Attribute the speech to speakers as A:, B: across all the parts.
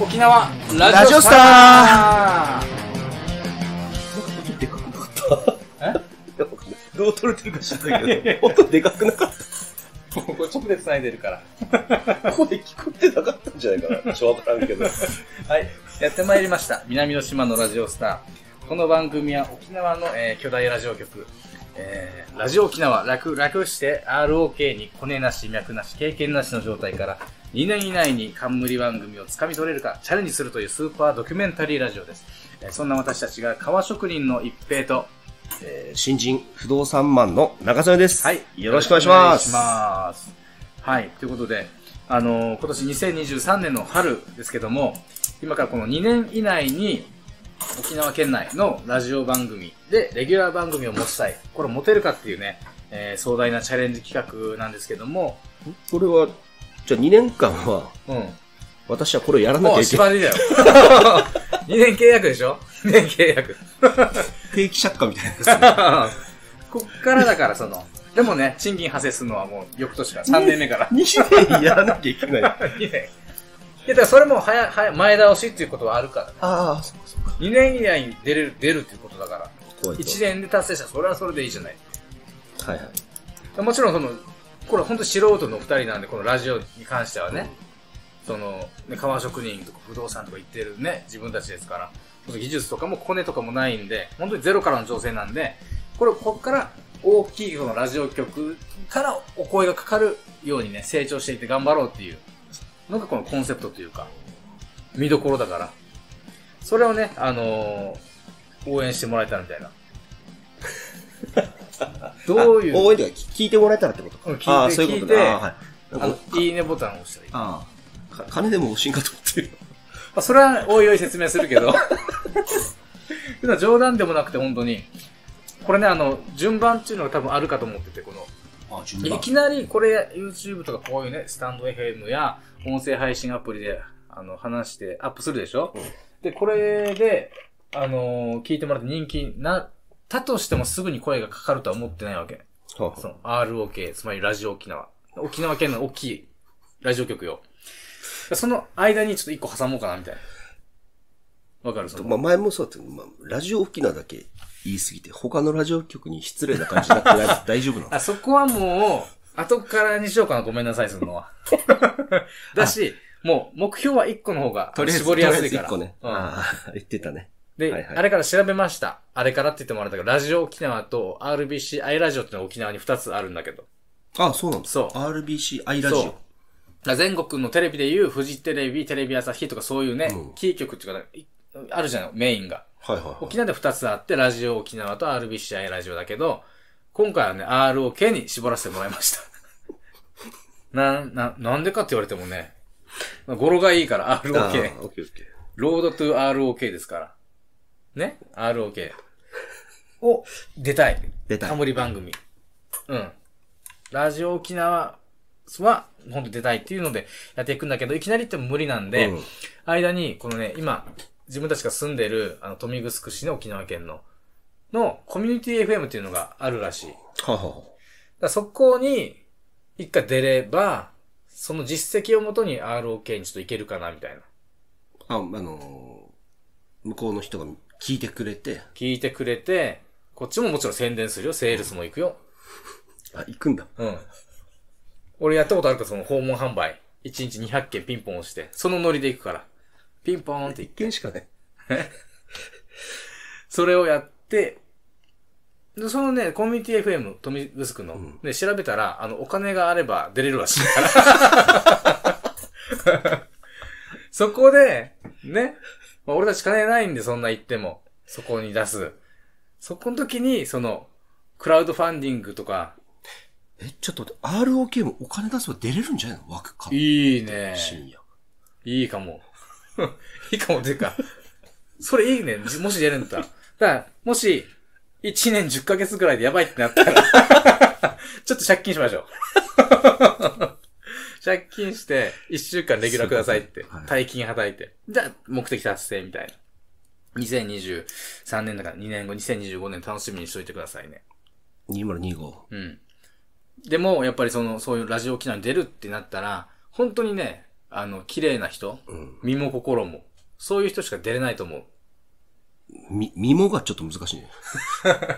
A: 沖縄ラジ
B: ラジ
A: オ
B: オ
A: ス
B: ス
A: タ
B: タ
C: 音でかくなかった。
A: え
C: どう撮れてるか知らないけど、音でかくなかっ
A: ーこれ直で繋いでるから。
C: た。声聞こえてなかったんじゃないかな。ちょ、わからんけど。
A: はい。やってまいりました。南の島のラジオスター。この番組は沖縄の、えー巨大ラジオ局、えーラジオ沖縄、楽、楽して ROK にコネなし、脈なし、経験なしの状態から、2年以内に冠番組をつかみ取れるか、チャレンジするというスーパードキュメンタリーラジオです。えーそんな私たちが革職人の一平と、
C: えー新人不動産マンの中曽根です。
A: はい。
C: よろしくお願いします。
A: よろしくお願いしますはい。ということで、あのー今年2023年の春ですけども、今からこの2年以内に、沖縄県内のラジオ番組で、レギュラー番組を持ちたい。これ持てるかっていうね、えー壮大なチャレンジ企画なんですけども、
C: これは、じゃあ2年間は、
A: うん。
C: 私はこれをやらなき
A: も
C: ゃ
A: う
C: いけ
A: 縛
C: ない。
A: りだよ。2年契約でしょ ?2 年契 約。
C: 定期借家みたいなやつ。
A: こっからだから、その、でもね、賃金派生するのはもう翌年から、3年目から。
C: 2年やらなきゃいけない。あ
A: いやいや、だからそれも早、早、前倒しっていうことはあるからね。
C: あ、そっかそっか。
A: 2年以内に出れる、出るっていうことだから。
C: 怖い怖い
A: 1年で達成したらそれはそれでいいじゃない。
C: はいはい。
A: もちろんその、これ本当素人の2人なんで、このラジオに関してはね、その、ね、革職人とか不動産とか行ってるね、自分たちですから、その技術とかもコネとかもないんで、本当にゼロからの調整なんで、これ、ここから大きいこのラジオ局からお声がかかるようにね、成長していって頑張ろうっていう、なんかこのコンセプトというか、見どころだから、それをね、あのー応援してもらえたらみたいな。どういう。
C: 応援とか聞いてもらえたらってことか。
A: うん聞いて
C: ああ、そういう
A: 聞
C: こと
A: いて
C: ね。ああはい。な
A: あ
C: んか
A: の、いいねボタンを押したらいい。ま
C: ああ、か金でも欲しいんかと思ってる。
A: あ、それはおいおい説明するけ ど。ただ冗談でもなくて本当に、これね、あの、順番っていうのが多分あるかと思ってて、この、
C: ああ、順
A: いきなりこれ YouTube とかこういうね、スタンド FM や音声配信アプリで、あの、話してアップするでしょ、
C: うん
A: で、これで、あのー聞いてもらって人気になったとしてもすぐに声がかかるとは思ってないわけ。
C: はあ
A: その ROK、つまりラジオ沖縄。沖縄県の大きいラジオ局よ。その間にちょっと一個挟もうかな、みたいな。わかるその、
C: まあ、前もそうだったけど、まあ、ラジオ沖縄だけ言い過ぎて、他のラジオ局に失礼な感じになってない大丈夫な の
A: あ、そこはもう、後からにしようかな、ごめんなさい、するの は。だし、もう、目標は1個の方が絞りやすいから。
C: とりあえず一個ね。
A: うん
C: ああ、言ってたね。
A: で、
C: はいはい
A: あれから調べました。あれからって言ってもらったけど、ラジオ沖縄と RBC アイラジオっていうのが沖縄に2つあるんだけど。
C: ああ、そうなんだ。
A: そう
C: RBC アイラジ
A: そう
C: オ。。
A: 全国のテレビでいう、フジテレビ、テレビ朝日とかそういうね、
C: うん
A: キー局っていうか、いあるじゃない、メインが。
C: はいはいはい。
A: 沖縄で2つあって、ラジオ沖縄と RBCI ラジオだけど、今回はね、ROK に絞らせてもらいました。 な、な、なんでかって言われてもね、まあ語呂がいいから
C: ああ
A: ROK。
C: オッケーオッケー。
A: ロードトゥ ROK ですから。ね ?ROK。を、出たい。
C: 出たい
A: 冠番組。うん。ラジオ沖縄は、ほんと出たいっていうので、やっていくんだけど、いきなりっても無理なんで、
C: うん
A: 間に、このね、今、自分たちが住んでる、あの、富城市の沖縄県の、の、コミュニティ FM っていうのがあるらしい。
C: はあ、は
A: だからそこに、一回出れば、その実績をもとに ROK にちょっといけるかな、みたいな。
C: あ、ああのー向こうの人が聞いてくれて、
A: 聞いてくれて、こっちももちろん宣伝するよ。セールスも行くよ。
C: あ、行くんだ。
A: うん。俺やったことあるから、その訪問販売。1日200件ピンポン押して、そのノリで行くから。ピンポーンって行く、
C: 件しかない。
A: それをやって、で、そのね、コミュニティ FM、富城区の、で、調べたら、あの、お金があれば出れるらしいから。そこで、ね、まあ、俺たち金ないんで、そんな言っても、そこに出す。そこの時に、その、クラウドファンディングとか、
C: え、ちょっと待って、ROK もお金出せば出れるんじゃないの枠か。
A: いいね。
C: 深夜。
A: いいかも。 いいかもっていうか、それいいね。じもし出るんだったら。だから、もし、1年10ヶ月ぐらいでやばいってなったら、 ちょっと借金しましょう。 借金して、1週間レギュラーくださいって
C: そういうことね、は
A: 大金はたいて。じゃあ、目的達成みたいな。2023年だから2年後、2025年楽しみにしといてくださいね。
C: 2025。は
A: うん。でも、やっぱりその、そういうラジオ機能に出るってなったら、本当にね、あの、綺麗な人、
C: うん。
A: 身も心も、そういう人しか出れないと思う。
C: み、身もがちょっと難し いね。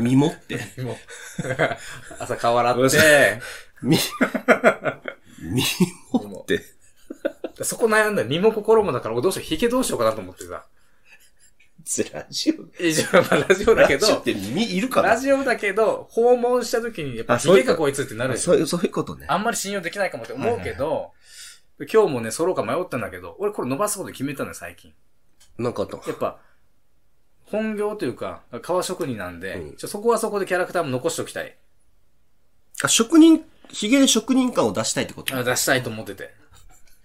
C: 身もって。
A: もう 朝顔洗
C: う
A: っ
C: ん
A: て、
C: み、身もって。
A: そこ悩んだよ身も心もだから、俺どうしよう、ヒゲどうしようかなと思ってさ。
C: ラジオ
A: 一応、まあラジオだけ
C: ラジオっ
A: ど、
C: て身いるか
A: ラ
C: な
A: ジオだけど、訪問した時に、やっぱ
C: あ
A: ヒ
C: そういう
A: ゲかこいつってなるでし
C: そう
A: ょ。
C: いう、そういうことね。
A: あんまり信用できないかもって思うけど、今日もね、揃うか迷ったんだけど、俺これ伸ばすこと決めたのよ、最近。
C: なんかあったの
A: やっぱ、本業というか、革職人なんで、
C: うん
A: ちょそこはそこでキャラクターも残しておきたい。
C: あ、職人、髭で職人感を出したいってこと
A: あ出したいと思ってて。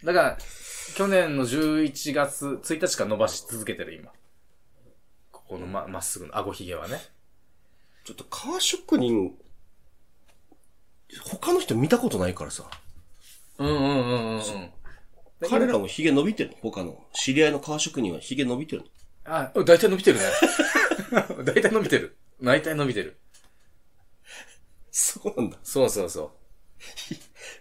A: だから、去年の11月1日から伸ばし続けてる、今。ここのま、まっすぐの顎ひげはね。
C: ちょっと革職人、他の人見たことないからさ。
A: うんうんうんうんうん。
C: 彼らも髭伸びてるの他の。知り合いの革職人は髭伸びてるの
A: あ、大体伸びてるね。 大体伸びてる。大体伸びてる。
C: そうなんだ。
A: そうそうそう。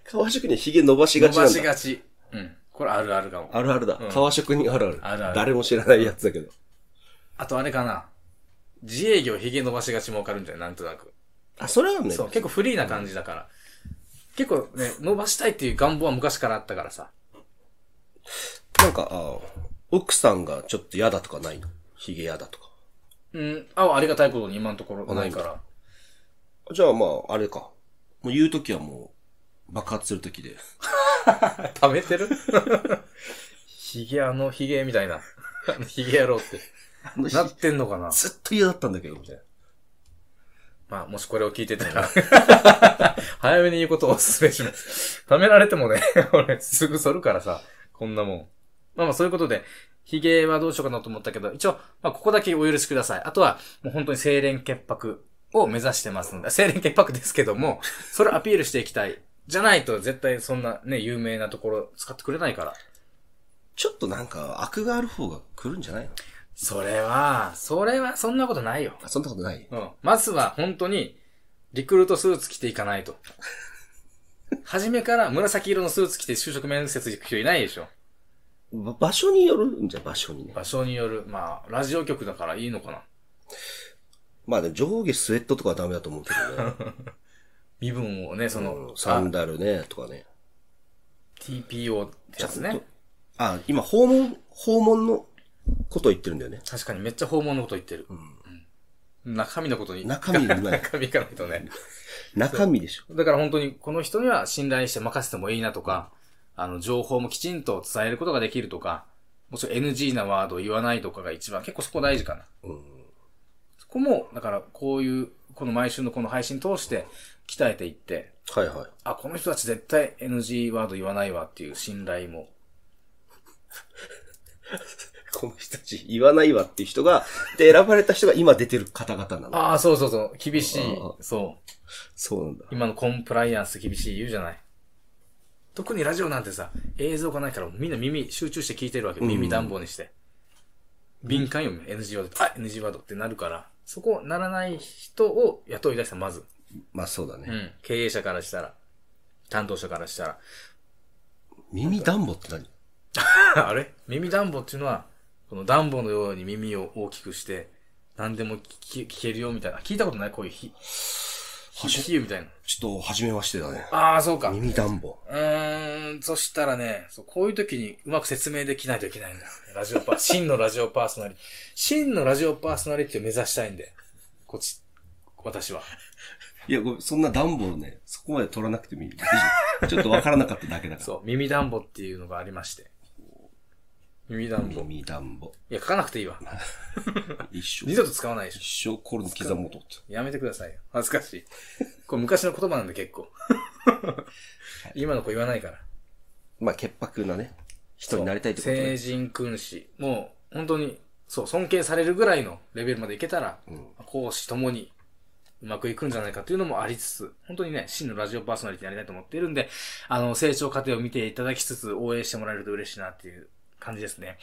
C: 革職人は髭伸ばしが
A: 伸
C: ちな
A: ば
C: ん
A: し
C: だ。
A: がち。うん。これあるあるかも。
C: あるあるだ
A: うん。
C: 革職人あるある。
A: あるある
C: 誰も知らないやつだけど。
A: あとあれかな。自営業ひげ伸ばしがちもわかるんじゃないなんとなく。
C: あ、それはね。
A: そう、結構フリーな感じだから。結構ね、伸ばしたいっていう願望は昔からあったからさ。
C: なんか、あ奥さんがちょっと嫌だとかないの髭嫌だとか。
A: うん、あありがたいことに今のところないから。
C: じゃあまあ、あれか。もう言うときはもう、爆発するときで。
A: 溜めてるヒゲ、あのヒゲみたいな。あのヒゲ野郎 って。なってんのかな
C: ずっと嫌だったんだけど、みたいな。
A: まあ、もしこれを聞いてたら、 早めに言うことをお勧めします。貯められてもね、 俺、すぐ剃るからさ、こんなもん。まあまあ、そういうことで、髭はどうしようかなと思ったけど、一応、まあ、ここだけお許しください。あとは、もう本当に清廉潔白を目指してますので、清廉潔白ですけども、それをアピールしていきたい。じゃないと、絶対そんなね、有名なところ使ってくれないから。
C: ちょっとなんか、悪がある方が来るんじゃないの
A: それは、それは、そんなことないよ。
C: あ、そんなことない
A: うん。まずは本当に、リクルートスーツ着ていかない と。初めから紫色のスーツ着て就職面接行く人いないでしょ。
C: ば場所によるんじゃ、場所にね。
A: 場所による、まあ、ラジオ局だからいいのかな。
C: まあね、上下スウェットとかはダメだと思うけどね。
A: 身分をね、その
C: う、んサ
A: あ
C: ンダルね、とかね。
A: TPO ってやつ
C: ちゃん
A: ね
C: と。あ、今、訪問、訪問のこと言ってるんだよね。
A: 確かにめっちゃ訪問のこと言ってる。うん中身のこと に。
C: 中身ない
A: 中身いかないとね。
C: 中身でしょ。
A: だから本当にこの人には信頼して任せてもいいなとか、あの、情報もきちんと伝えることができるとか、もし NG なワードを言わないとかが一番、結構そこ大事かな。そこも、だからこういう、この毎週のこの配信通して鍛えていって、
C: はいはい。
A: あ、この人たち絶対 NG ワード言わないわっていう信頼も。
C: この人たち言わないわっていう人が、で、選ばれた人が今出てる方々なの。
A: ああ、そうそうそう、厳しい
C: あ。
A: そう。
C: そうなんだ。
A: 今のコンプライアンス厳しい言うじゃない。特にラジオなんてさ、映像がないからみんな耳集中して聞いてるわけ。
C: ん
A: 耳暖房にして。敏感よ、NG ワード。あ、NG ワードってなるから。そこならない人を雇い出した、まず。
C: まあそうだね。
A: うん。経営者からしたら。担当者からしたら。
C: 耳暖房って何
A: あれ耳暖房っていうのは、この暖房のように耳を大きくして、何でも聞き聞けるよみたいな。聞いたことないこういうひ、ひ、
C: 初め
A: ひみたいな。
C: ちょっと、初めましてだね。
A: ああ、そうか。
C: 耳暖房。
A: うーん、そしたらね、そうこういう時にうまく説明できないといけないんだ。ラジオ パー、真のラジオパーソナリティ。真のラジオパーソナリティを目指したいんで。こっち、私は。
C: いや、ごめん、そんな暖房ね、そこまで取らなくてもいい。ちょっとわからなかっただけだから。
A: そう、耳暖房っていうのがありまして。耳暖房。い
C: 耳暖房。
A: や、書かなくていいわ。
C: 一
A: 二
C: 生、
A: 度と使わないでしょ。
C: 一生心に刻もうと思って。
A: やめてくださいよ。恥ずかしい。これ昔の言葉なんで結 構。今の子言わないから。
C: まあ、潔白なね、人になりたいってこと
A: 成
C: ね。
A: 人君子。もう、本当に、そう、尊敬されるぐらいのレベルまでいけたら、
C: うん
A: 講師ともにうまくいくんじゃないかというのもありつつ、本当にね、真のラジオパーソナリティになりたいと思っているんで、あの、成長過程を見ていただきつつ、応援してもらえると嬉しいなっていう感じですね。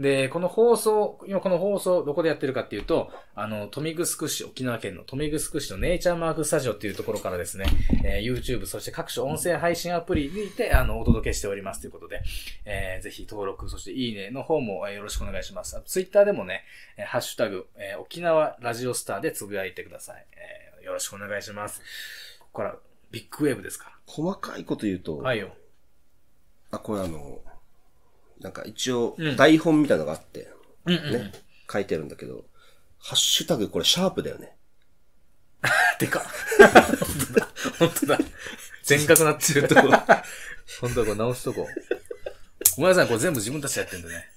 A: で、この放送、今この放送、どこでやってるかっていうと、あの、豊見城市、沖縄県の豊見城市のネイチャーマークスタジオっていうところからですね、えー YouTube、そして各種音声配信アプリにて、あの、お届けしておりますということで、えーぜひ登録、そしていいねの方も、えーよろしくお願いします。あと Twitter でもね、えーハッシュタグ、えー沖縄ラジオスターでつぶやいてください。えーよろしくお願いします。ここから、ビッグウェーブですか
C: 細かいこと言うと、
A: ら。はいよ。
C: あ、これあの、なんか一応
A: うん、
C: 台本みたいなのがあって、
A: うんうん、
C: ね、書いてあるんだけど、ハッシュタグこれシャープだよね。
A: でか。本当だ。本当だ。全角なってるとこ。 本当だ、これ直すとこ。ごめんなさい、これ全部自分たちでやってんだね。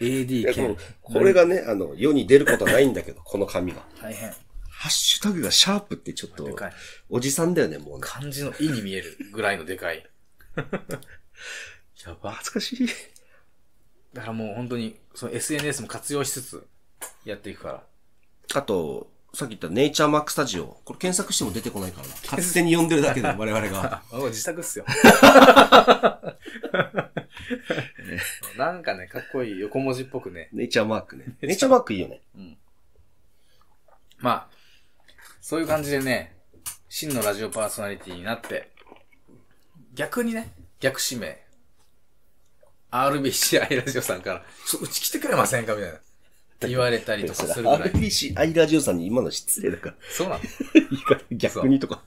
A: AD
C: こ
A: 兼
C: の。これ。がね、あの、世に出ることはないんだけど、 この紙が。
A: 大変。
C: ハッシュタグがシャープってちょっと
A: で、かい。
C: おじさんだよね、もうね。
A: 漢字の意に見えるぐらいのでかい。やば。
C: 懐かしい。
A: だからもう本当に、その SNS も活用しつつ、やっていくから。
C: あと、さっき言ったネイチャーマックスタジオ。これ検索しても出てこな いからな。勝手に呼んでるだけで、我々が。
A: あ、これ自作っすよ。 なんかね、かっこいい横文字っぽくね。
C: ネイチャーマー クね。ネイチャーマークいいよね。
A: まあ、そういう感じでね、真のラジオパーソナリティになって、逆にね、逆指名。RBCI ラジオさんから、ちょうち来てくれませんかみたいな。言われたりとかする ぐらい。
C: RBC、アイラジオさんに今の失礼だから。
A: そうなの
C: いいから逆にとか。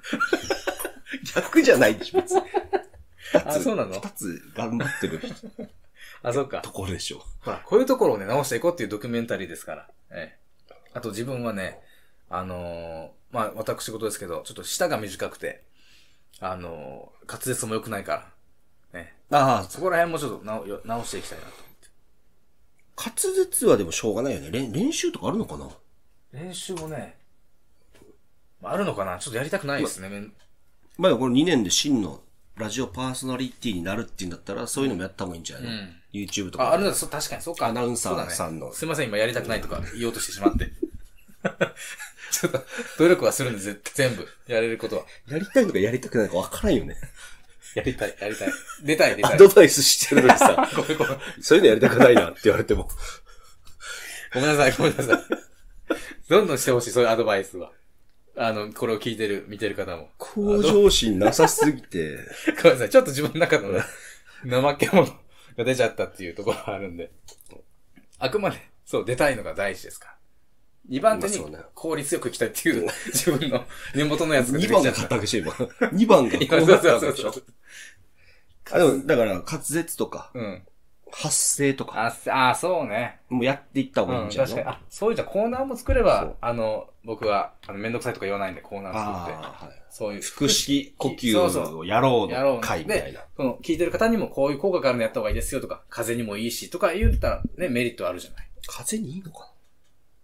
C: 逆じゃないでしょ、別に。
A: あ、そうなの
C: 二つ頑張ってる
A: あ、そっか
C: と。ころでしょ。
A: ほら、こういうところをね、直していこうっていうドキュメンタリーですから。ええ。あと自分はね、あのーまあ、私事ですけど、ちょっと舌が短くて、あのー滑舌も良くないから、ね。
C: ああ、
A: そこら辺もちょっと直よ直していきたいなと。
C: 滑舌はでもしょうがないよね。練練習とかあるのかな
A: 練習もね、まあ、あるのかなちょっとやりたくないですね。めん
C: まあでもこの2年で真のラジオパーソナリティになるっていうんだったら、そういうのもやった方がいいんじゃないの、
A: うん
C: ?YouTube と
A: あ、あ
C: か。
A: るんだ、そう確かに、そうか。
C: アナウンサーさんの
A: そうだねすいません、今やりたくないとか言おうとしてしまって。 ちょっと、努力はするんで、絶対全部。やれることは。
C: やりたいのかやりたくないのかわからんよね。
A: やりたい、やりたい。出 たい、出た
C: ア
A: い。
C: ドバイスしてるのにさ、
A: ごめん、ごめん。
C: そういうのやりたくないなって言われて も。
A: ごめんなさい、ごめんなさい。どんどんしてほしい、そういうアドバイスは。あの、これを聞いてる、見てる方も。
C: 向上心なさすぎて。
A: ごめんなさい、ちょっと自分の中のね怠け者が出ちゃったっていうところがあるんで。あくまで、そう、出たいのが第一ですから。二番手に
C: まあそうね
A: 効率よく行きたいっていう、自分の根元のやつが出て
C: 2
A: き
C: 番
A: ちゃ
C: が
A: った。
C: 肩上げして今。2 番が
A: 今
C: こう
A: そ
C: な
A: う
C: ったわけ
A: そう
C: でし
A: そう
C: ょ
A: そう。
C: あでも、だから、滑舌とか、
A: うん。
C: 発声とか、
A: あ、あそうね。
C: もうやっていった方がいい
A: うんん、
C: じゃ
A: 確
C: ない
A: かに。
C: の
A: あ、そういうじゃコーナーも作れば
C: そう、
A: あの、僕は、あの、めんどくさいとか言わないんで、コーナー作って。
C: あー、はい。
A: そういう。
C: 腹式呼
A: そうそう
C: 吸をやろう
A: やろうね
C: の会みたいな。
A: その、聞いてる方にもこういう効果があるのやった方がいいですよとか、風邪にもいいしとか言ったらね、メリットあるじゃない。
C: 風邪にいいのか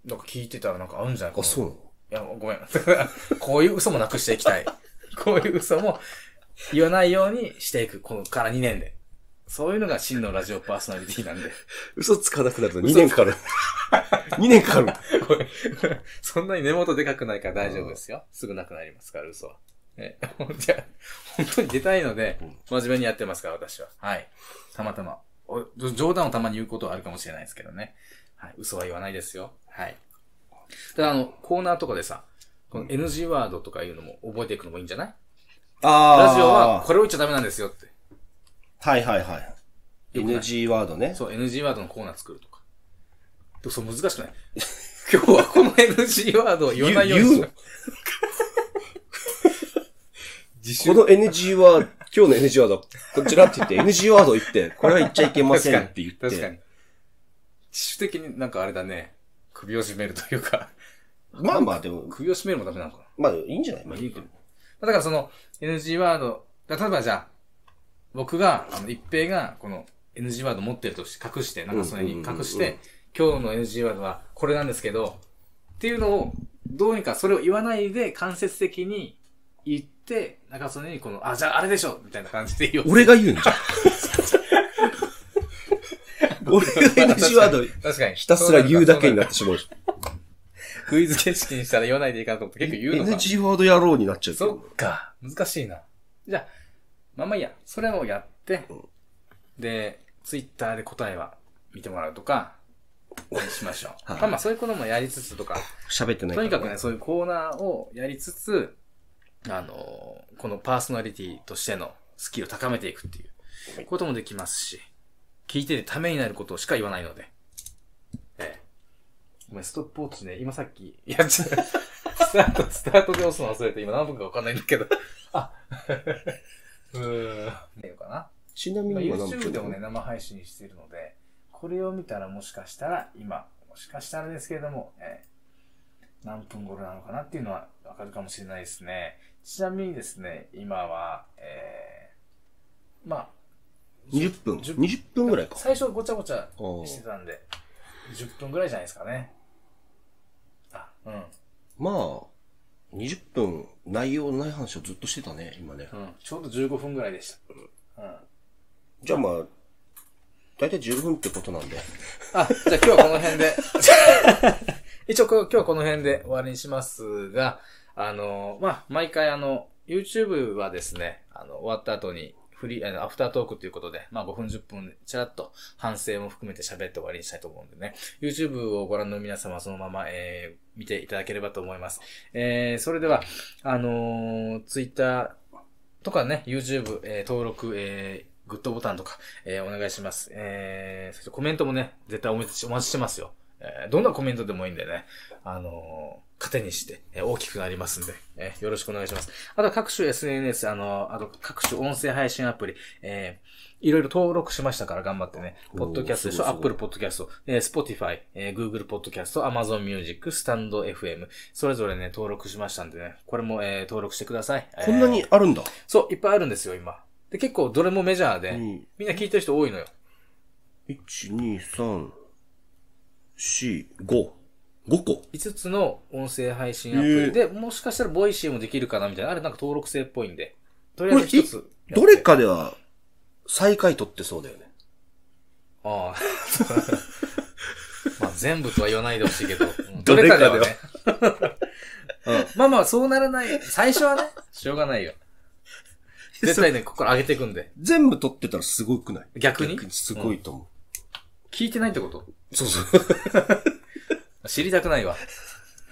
A: なんか聞いてたらなんかあるんじゃない
C: なあ、そう
A: う。
C: なの
A: いや、ごめん。 こういう嘘もなくしていきた い。こういう嘘も言わないようにしていく、このから2年で。そういうのが真のラジオパーソナリティなんで。
C: 嘘つかなくなると2年かかる。2年か かる。
A: これそんなに根元でかくないから大丈夫ですよ。すぐなくなりますから、嘘は。ね、 じゃあ本当に出たいので
C: うん、
A: 真面目にやってますから、私は。はい。たまたま。お冗談をたまに言うことはあるかもしれないですけどね。はい。嘘は言わないですよ。はい。ただ、あの、コーナーとかでさ、この NG ワードとかいうのも覚えていくのもいいんじゃない
C: あ
A: ラジオは、これを言っちゃダメなんですよって。
C: はいはいはい。
A: よくない
C: NG ワードね。
A: そう、NG ワードのコーナー作るとか。でも、それ難しくない 今日はこの NG ワードを言わないようにしよう。自
C: この NG ワード、今日の NG ワード、こちらって言って NG ワード言って、これは言っちゃいけませんって言って。
A: 確かに。自主的になんかあれだね。首を絞めるというか、
C: まあまあでも、
A: 首を絞めるもダメなのかな。
C: まあいいんじゃない
A: まあいいけど。だからその NG ワード、だ例えばじゃあ、僕が、あの、一平がこの NG ワード持ってるとして隠して、なんかそれに隠し
C: うん
A: て、今日の NG ワードはこれなんですけど、っていうのを、どうにかそれを言わないで間接的に言って、中曽根にこの、あ、じゃああれでしょみたいな感じで言おう。
C: 俺が言 うんじゃん。俺が NG ワード
A: 確かに。
C: ひたすら言うだけになってしまう。
A: クイズ形式にしたら言わないでいいかなと思って結構言うのかな。
C: NG ワード野郎になっちゃうけ
A: そ
C: ど。
A: っか。難しいな。じゃあ、まあまあいいや。それをやって、で、ツイッターで答えは見てもらうとか、しましょう。
C: はい
A: まあまあそういうこともやりつつとか、
C: 喋って
A: と
C: ないから
A: にかくね、そういうコーナーをやりつつ、あのーこのパーソナリティとしてのスキルを高めていくっていうこともできますし、聞いててためになることしか言わないので。ええ。ごめん、ストップウォッチね、今さっき、やっちゃった。 スタート、スタートで押すの忘れて、今何分かわかんないんだけど。あ、うーん。いいのかな
C: ちなみ
A: まあ
C: に今何分
A: YouTube でもね、生配信しているので、これを見たらもしかしたら、今、もしかしたらですけれども、えー何分頃なのかなっていうのはわかるかもしれないですね。ちなみにですね、今は、えーまあ、
C: 20分。
A: 10
C: 20分ぐらいか。
A: 最初ごちゃごちゃ
C: おー
A: してたんで、10分ぐらいじゃないですかね。あ、うん。
C: まあ、20分内容のない話をずっとしてたね、今ね。
A: うん、ちょうど15分ぐらいでした。うん。
C: じゃあまあ、だいたい15分ってことなんで。
A: あ、じゃあ今日はこの辺で。 一応こ今日はこの辺で終わりにしますが、あの、まあ、毎回あの、YouTube はですね、あの、終わった後に、フリー、あの、アフタートークということで、まあ、5分10分で、ちらっと反省も含めて喋って終わりにしたいと思うんでね、YouTube をご覧の皆様そのまま、えー、見ていただければと思います。えー、それでは、あのー、Twitter とかね、YouTube、えー登録、えー、グッドボタンとか、えーお願いします。えー、そしてコメントもね、絶対お待ちお待ちしてますよ。えーどんなコメントでもいいんでね、あのー糧にして、えー大きくなりますんで、えーよろしくお願いします。あとは各種 SNS、あのーあと各種音声配信アプリ、えーいろいろ登録しましたから頑張ってね。
C: おー
A: ポッドキャストでしょ
C: すごいすごい
A: アップルポッドキャスト、えー Spotify、えー Google ポッドキャスト、Amazon Music、スタンド FM、それぞれね、登録しましたんでね、これも、えー登録してください。
C: こんな
A: えー
C: にあるんだ。
A: そう、いっぱいあるんですよ、今。で、結構どれもメジャーで、
C: うん
A: みんな聞いてる人多いのよ。
C: 1、2、3、4、5。5個。
A: 5つの音声配信アプリで、もしかしたらボイシーもできるかなみたいな。あれなんか登録制っぽいんで。とりあえず一つ。
C: どれかでは、最下位取ってそうだよね。
A: あ あ。まあ全部とは言わないでほしいけど。うん
C: どれかでは
A: どれかではねうんまあまあ、そうならない。最初はね、しょうが ないよ。絶対ね、ここから上げていくんで。
C: 全部取ってたらすごくない
A: 逆に
C: すごいと思
A: 聞いてないってこと
C: う。そうそう。
A: 知りたくないわ。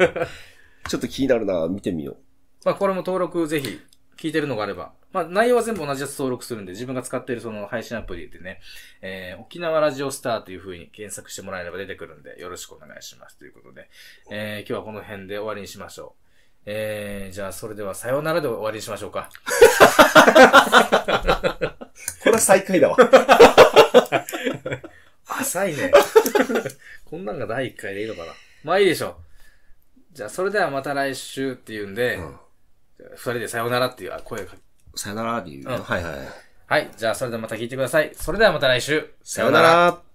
C: ちょっと気になるな見てみよ
A: まあこれも登録ぜひ聞いてるのがあれば。まあ内容は全部同じやつ登録するんで、自分が使ってるその配信アプリでね、えー、沖縄ラジオスターという風に検索してもらえれば出てくるんで、よろしくお願いします。ということで、えー、今日はこの辺で終わりにしましょう。えー、じゃあそれではさようならで終わりにしましょうか。
C: う。これは最下位だわ。
A: 浅いね。 こんなんが第1回でいいのかな。まあいいでしょう。じゃあそれではまた来週っていうんで、
C: うん
A: 二人でさようならっていう声をかけ
C: さよならっていう。
A: うん
C: はいはい。
A: はい。じゃあそれではまた聞いてください。それではまた来週。
C: さよなら。